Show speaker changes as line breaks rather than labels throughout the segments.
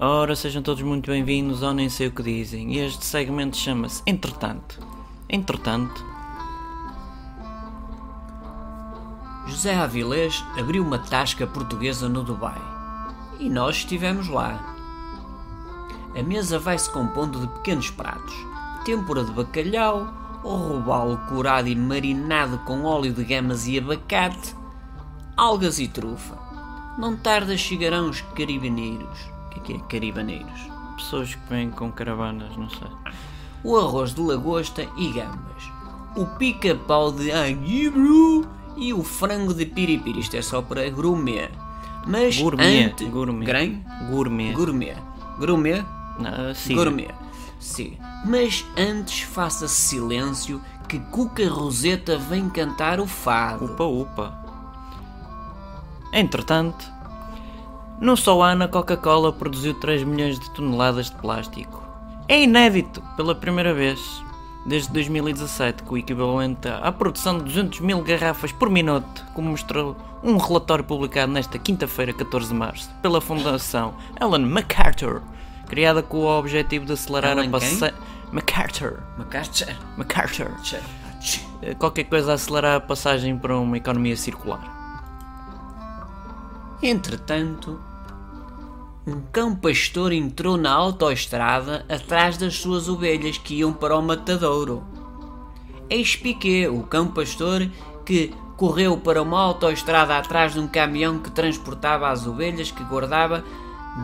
Ora, sejam todos muito bem-vindos ao Nem Sei O Que Dizem. Este segmento chama-se Entretanto. Entretanto.
José Avilés abriu uma tasca portuguesa no Dubai e nós estivemos lá. A mesa vai-se compondo de pequenos pratos, têmpora de bacalhau, robalo curado e marinado com óleo de gamas e abacate, algas e trufa. Não tarda chegarão os caribaneiros. O que é que é caribaneiros?
Pessoas que vêm com caravanas, não sei.
o arroz de lagosta e gambas, o pica-pau de anguibru e o frango de piripiri. Isto é só para gourmet. Mas
Gourmet,
ante...
gourmet.
Grém?
Gourmet.
Gourmet. Gourmet?
Ah, sim.
Ah. Gourmet. Sim. Mas antes faça silêncio que Cuca Roseta vem cantar o fado.
Upa, upa. Entretanto, num só ano a Coca-Cola produziu 3 milhões de toneladas de plástico. É inédito, pela primeira vez, desde 2017, que o equivalente à produção de 200 mil garrafas por minuto, como mostrou um relatório publicado nesta quinta-feira, 14 de março, pela Fundação Alan MacArthur, criada com o objetivo de acelerar
Alan
a
quem?
passagem... MacArthur.
Macacha.
MacArthur eh, qualquer coisa a acelerar a passagem para uma economia circular.
Entretanto, um cão pastor entrou na autoestrada atrás das suas ovelhas que iam para o matadouro. Eis Piquet, o cão pastor, que correu para uma autoestrada atrás de um caminhão que transportava as ovelhas que guardava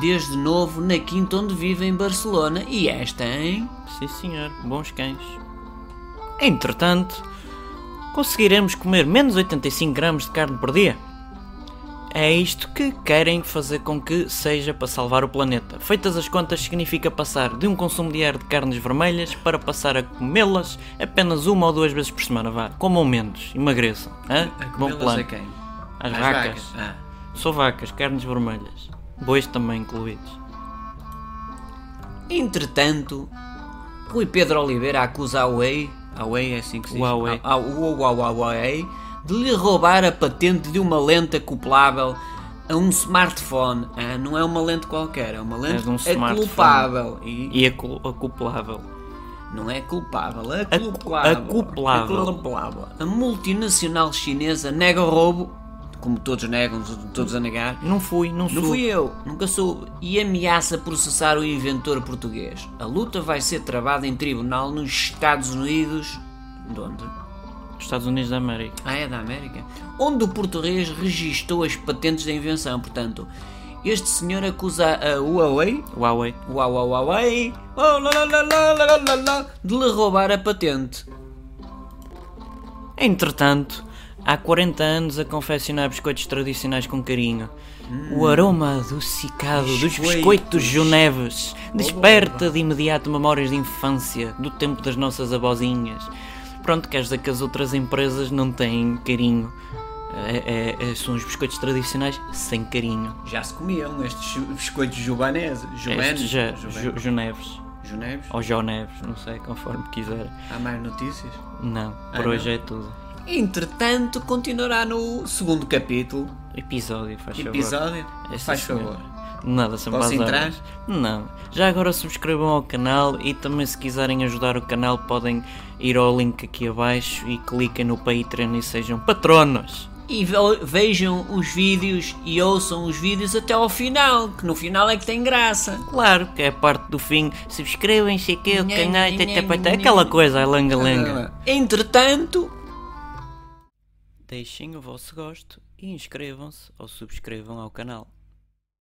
desde novo na quinta onde vive em Barcelona. E esta, hein?
Sim, senhor, bons cães. Entretanto, conseguiremos comer menos 85 gramas de carne por dia? É isto que querem fazer com que seja para salvar o planeta. Feitas as contas, significa passar de um consumo diário de carnes vermelhas para passar a comê-las apenas uma ou duas vezes por semana. Vá, comam menos, emagreçam. hã? Bom plano.
quem?
Às, é vacas. Só vacas, carnes vermelhas. Bois também incluídos.
Entretanto, Rui Pedro Oliveira acusa a Huawei, a Huawei é assim que se diz,
Huawei.
A, a, o- o- a Huawei de lhe roubar a patente de uma lente acoplável a um smartphone. Ah, não é uma lente qualquer, é uma lente
de um smartphone.
acoplável. E
E acu- acoplável.
não é culpável, é
Acu-
acoplável.
acoplável.
Acoplável. A multinacional chinesa nega o roubo, como todos negam, todos a negar,
Não fui, não sou.
Não fui eu, nunca soube. E ameaça processar o inventor português. A luta vai ser travada em tribunal nos Estados Unidos. De onde?
Estados Unidos da América.
Ah, é da América. Onde o português registou as patentes da invenção. Portanto, este senhor acusa a Huawei.
Huawei.
Huawei, Huawei. oh, lá, lá, lá, lá, lá, lá, lá, De lhe roubar a patente.
Entretanto, há 40 anos a confeccionar biscoitos tradicionais com carinho. O aroma adocicado dos
Hum. Biscoitos.
biscoitos juneves desperta de imediato memórias de infância, do tempo das nossas abozinhas. Pronto, queres dizer que as outras empresas não têm carinho. É- é- é- são os biscoitos tradicionais sem carinho.
Já se comiam estes biscoitos jubaneses.
Estes já, Ju- Oh. Juneves.
Juneves.
Ou Jó Neves, não sei, conforme quiser.
Há mais notícias?
Não, por
Ah,
hoje é tudo.
Entretanto, continuará no segundo capítulo,
Episódio, faz favor.
episódio.
É, sim,
Faz
senhora.
favor.
Nada, sempre
Posso
às
entrar?
horas. Não. Já agora subscrevam ao canal e também se quiserem ajudar o canal podem ir ao link aqui abaixo e cliquem no Patreon e sejam patronos.
E ve- vejam os vídeos e ouçam os vídeos até ao final, que no final é que tem graça.
Claro, que é parte do fim. Subscrevam, sei que o
Nhe,
canal,
nhe,
tata,
nhe,
patá,
nhe.
é aquela coisa, a lenga-lenga.
Entretanto,
Deixem o vosso gosto e inscrevam-se ou subscrevam ao canal.